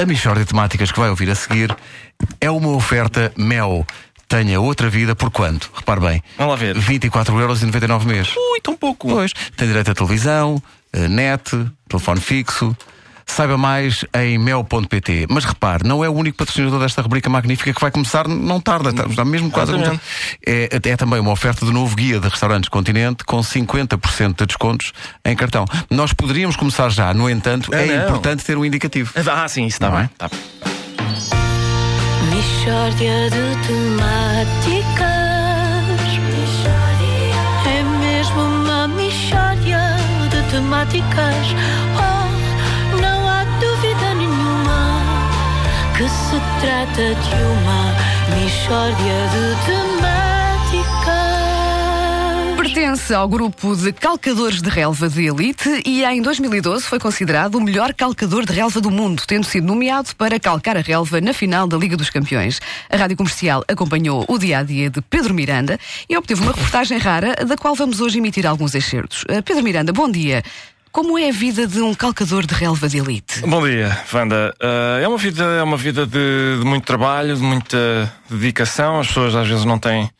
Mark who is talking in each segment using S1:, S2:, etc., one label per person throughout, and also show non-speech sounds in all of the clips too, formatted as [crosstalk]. S1: A Michórdia de Temáticas que vai ouvir a seguir é uma oferta Mel. Tenha outra vida por quanto? Repare bem.
S2: Vamos lá ver.
S1: 24,99€ mês.
S2: Ui, tão pouco.
S1: Pois, tem direito a televisão, a net, telefone fixo. Saiba mais em mel.pt. Mas repare, não é o único patrocinador desta rubrica magnífica que vai começar, não tarda, estamos já mesmo quase a começar.
S2: Exatamente.
S1: É, é também uma oferta do novo guia de restaurantes Continente com 50% de descontos em cartão. Nós poderíamos começar já, no entanto,
S2: Ah,
S1: é
S2: não.
S1: importante ter um indicativo.
S2: Ah, sim, isso está
S1: Não é?
S2: bem. Tá bem.
S3: Mishória de temáticas. É mesmo uma mishória de temáticas. Oh, não há dúvida nenhuma que se trata de uma mishória de temáticas.
S4: Pertence ao grupo de calcadores de relva de elite e em 2012 foi considerado o melhor calcador de relva do mundo, tendo sido nomeado para calcar a relva na final da Liga dos Campeões. A Rádio Comercial acompanhou o dia-a-dia de Pedro Miranda e obteve uma reportagem rara, da qual vamos hoje emitir alguns excertos. Eh, Pedro Miranda, bom dia. Como é a vida de um calcador de relva de elite?
S2: Bom dia, Wanda. Ah, é uma vida, é uma vida de, de muito trabalho, de muita dedicação. As pessoas às vezes não têm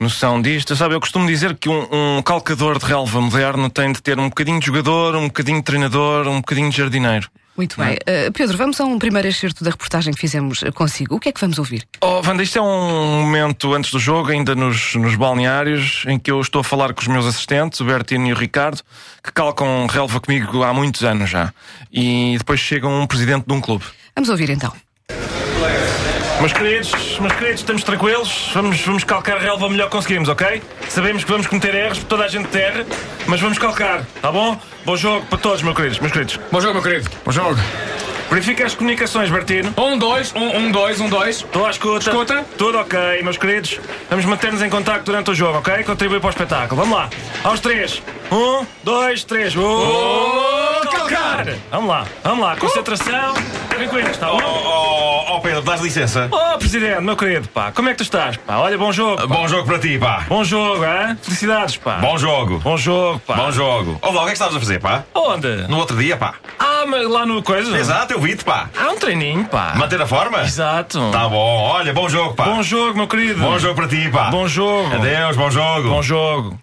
S2: noção disto. Sabe, eu costumo dizer que um, um calcador de relva moderno tem de ter um bocadinho de jogador, um bocadinho de treinador, um bocadinho de jardineiro.
S4: Muito bem. Eh, Pedro, vamos a um primeiro excerto da reportagem que fizemos eh, consigo. O que é que vamos ouvir?
S2: Oh, Wanda, isto é um momento antes do jogo, ainda nos, nos balneários, em que eu estou a falar com os meus assistentes, o Bertino e o Ricardo, que calcam relva comigo há muitos anos já. E depois chega um presidente de um clube.
S4: Vamos ouvir então.
S2: Meus queridos, meus queridos, estamos tranquilos, vamos, vamos calcar a relva o melhor que conseguimos, ok? Sabemos que vamos cometer erros, toda a gente erra, mas vamos calcar, tá bom? Bom jogo para todos, meus queridos, meus queridos.
S5: Bom jogo, meu querido.
S2: Bom jogo. Verifica as comunicações, Bertino.
S5: Um, dois, um, um, dois, um, dois.
S2: Estou à escuta.
S5: Escuta.
S2: Tudo ok, meus queridos. Vamos manter-nos em contacto durante o jogo, ok? Contribuir para o espetáculo. Vamos lá. Aos três. Um, dois, três. Oh,
S5: calcar! Uh!
S2: Vamos lá, vamos lá. Concentração. Tranquilos, está bom?
S6: Oh, oh, Pedro, dás licença?
S2: Oh, Presidente, meu querido, pá, como é que tu estás? Pá, olha, bom jogo. pá.
S6: Bom jogo para ti, pá.
S2: Bom jogo, hã? Felicidades, pá.
S6: Bom jogo.
S2: Bom jogo, pá.
S6: Bom jogo. Olá, o que é que estavas a fazer, pá?
S2: Onde?
S6: No outro dia, pá.
S2: Ah, mas lá no coisa?
S6: Exato, eu vi-te, pá.
S2: Há um treininho, pá.
S6: Manter a forma?
S2: Exato.
S6: Tá bom, olha, bom jogo, pá.
S2: Bom jogo, meu querido.
S6: Bom jogo para ti, pá.
S2: Bom jogo.
S6: Adeus, bom jogo.
S2: Bom jogo.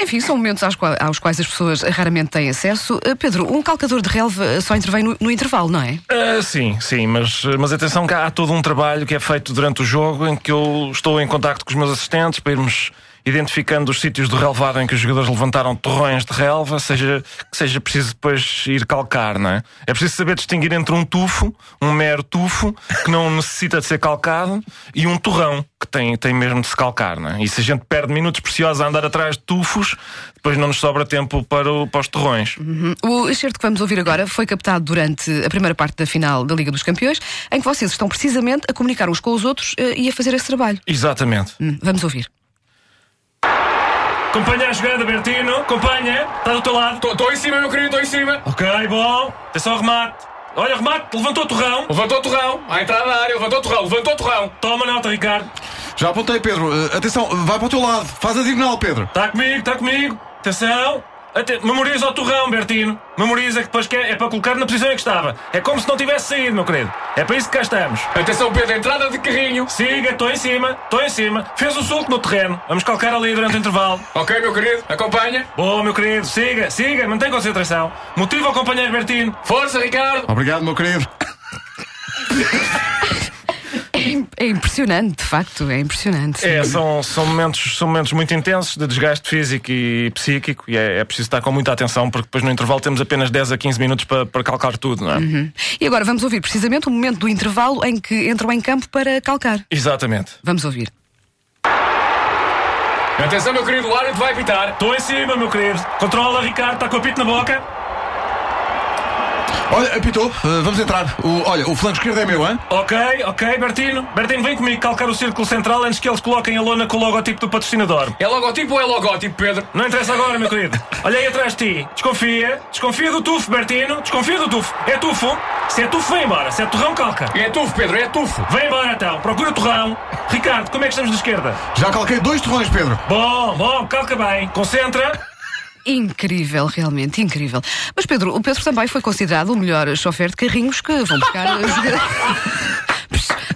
S4: Enfim, são momentos aos qua- aos quais, as pessoas raramente têm acesso. Eh, Pedro, um calcador de relva eh, só intervém no, no intervalo, não é?
S2: Ah, sim, sim, mas, mas atenção que há todo um trabalho que é feito durante o jogo em que eu estou em contacto com os meus assistentes para irmos identificando os sítios do relevado em que os jogadores levantaram torrões de relva, seja que seja preciso depois ir calcar, não é? É preciso saber distinguir entre um tufo, um mero tufo, que não necessita de ser calcado, e um torrão, que tem, tem mesmo de se calcar, não é? E se a gente perde minutos preciosos a andar atrás de tufos, depois não nos sobra tempo para, o- para os torrões.
S4: O excerto que vamos ouvir agora foi captado durante a primeira parte da final da Liga dos Campeões, em que vocês estão precisamente a comunicar uns com os outros eh, e a fazer esse trabalho.
S2: Exatamente.
S4: Hum, Vamos ouvir.
S2: Acompanha a jogada, Bertino. Acompanha. Está do teu lado.
S5: Estou em cima, meu querido, estou em cima.
S2: Ok, bom. Atenção ao remate. Olha, o remate. Levantou o torrão.
S5: Levantou o torrão, à entrada na área, levantou o torrão, levantou o torrão.
S2: Toma nota, Ricardo.
S7: Já apontei, Pedro. Eh, atenção, vai para o teu lado. Faz a diagonal, Pedro.
S2: Está comigo, está comigo. Atenção. Aten- Memoriza o torrão, Bertino. Memoriza que depois que é, é para colocar na posição em que estava. É como se não tivesse saído, meu querido. É para isso que cá estamos.
S5: Atenção, Pedro, entrada de carrinho.
S2: Siga, estou em cima, estou em cima. Fez o sulco no terreno. Vamos calcar ali durante o intervalo.
S5: Ok, meu querido, acompanha.
S2: Bom, meu querido, siga, siga, mantém concentração. Motiva o companheiro Bertino.
S5: Força, Ricardo.
S7: Obrigado, meu querido.
S4: É impressionante, de facto, é impressionante.
S2: É, são, são, momentos, são momentos muito intensos de desgaste físico e psíquico e é, é preciso estar com muita atenção porque depois no intervalo temos apenas 10 a 15 minutos para, para calcar tudo, não é?
S4: E agora vamos ouvir precisamente o momento do intervalo em que entram em campo para calcar.
S2: Exatamente.
S4: Vamos ouvir.
S5: Atenção, meu querido, o árbitro vai apitar.
S2: Estou em cima, meu querido. Controla, Ricardo, está com o apito na boca.
S7: Olha, apitou. Eh, vamos entrar. O- olha, o flanco esquerdo é meu, hein?
S2: Ok, ok, Bertino. Bertino, vem comigo calcar o círculo central antes que eles coloquem a lona com o logotipo do patrocinador.
S5: É logotipo ou é logótipo, Pedro?
S2: Não interessa agora, meu querido. Olha aí atrás de ti. Desconfia. Desconfia do tufo, Bertino. Desconfia do tufo. É tufo? Se é tufo, vem embora. Se é torrão, calca.
S5: É tufo, Pedro, é tufo.
S2: Vem embora, então. Procura o torrão. Ricardo, como é que estamos de esquerda?
S7: Já calquei dois torrões, Pedro.
S2: Bom, bom, calca bem. Concentra.
S4: incrível, realmente incrível. Mas Pedro, o Pedro também foi considerado o melhor chofer de carrinhos que vão buscar os jogadores.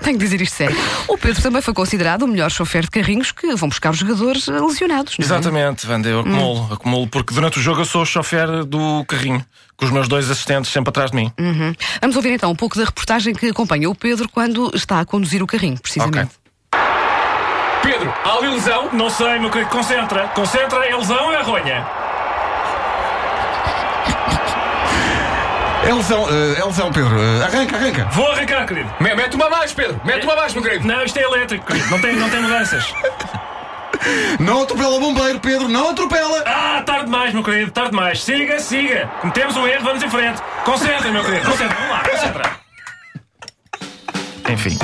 S4: Tenho que dizer isto sério. O Pedro também foi considerado o melhor chofer de carrinhos que vão buscar os jogadores eh, lesionados. não é?
S2: Exatamente, Wanda, eu acumulo, acumulo, porque durante o jogo eu sou o chofer do carrinho, com os meus dois assistentes sempre atrás de mim.
S4: Uhum. Vamos ouvir então um pouco da reportagem que acompanha o Pedro quando está a conduzir o carrinho, precisamente.
S2: Ok.
S5: Pedro, há ali lesão?
S2: Não sei, meu querido, concentra. Concentra, é lesão é a ronha.
S7: É lesão, eh, é lesão, Pedro. Eh, arranca, arranca.
S2: Vou arrancar, querido.
S5: Me- Mete uma abaixo, Pedro. Mete uma abaixo, meu querido.
S2: Não, isto é elétrico, querido. Não tem, não tem mudanças.
S7: Não atropela o bombeiro, Pedro. Não atropela.
S2: Ah, tarde demais, meu querido, tarde demais. Siga, siga. Cometemos um erro, vamos em frente. Concentra, meu querido, concentra. Vamos lá, concentra. Enfim.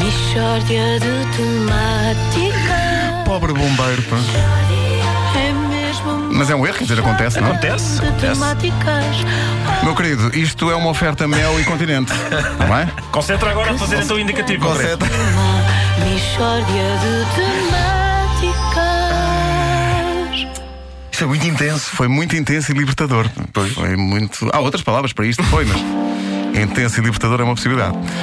S3: Mishória de temáticas
S1: Pobre bombeiro, pá.
S3: É mesmo uma
S1: Mas é um erro, quer dizer, acontece, não?
S2: Acontece,
S3: de temáticas
S1: Meu querido, isto é uma oferta mel e continente,
S7: Tá
S1: não [laughs] é?
S2: Concentra agora a fazer então o indicativo. meu querido.
S3: Uma mishória de temáticas
S1: Foi
S7: é
S1: muito intenso. Foi muito intenso e libertador. Foi muito. Há outras palavras para isto, foi, mas intenso e libertador é uma possibilidade.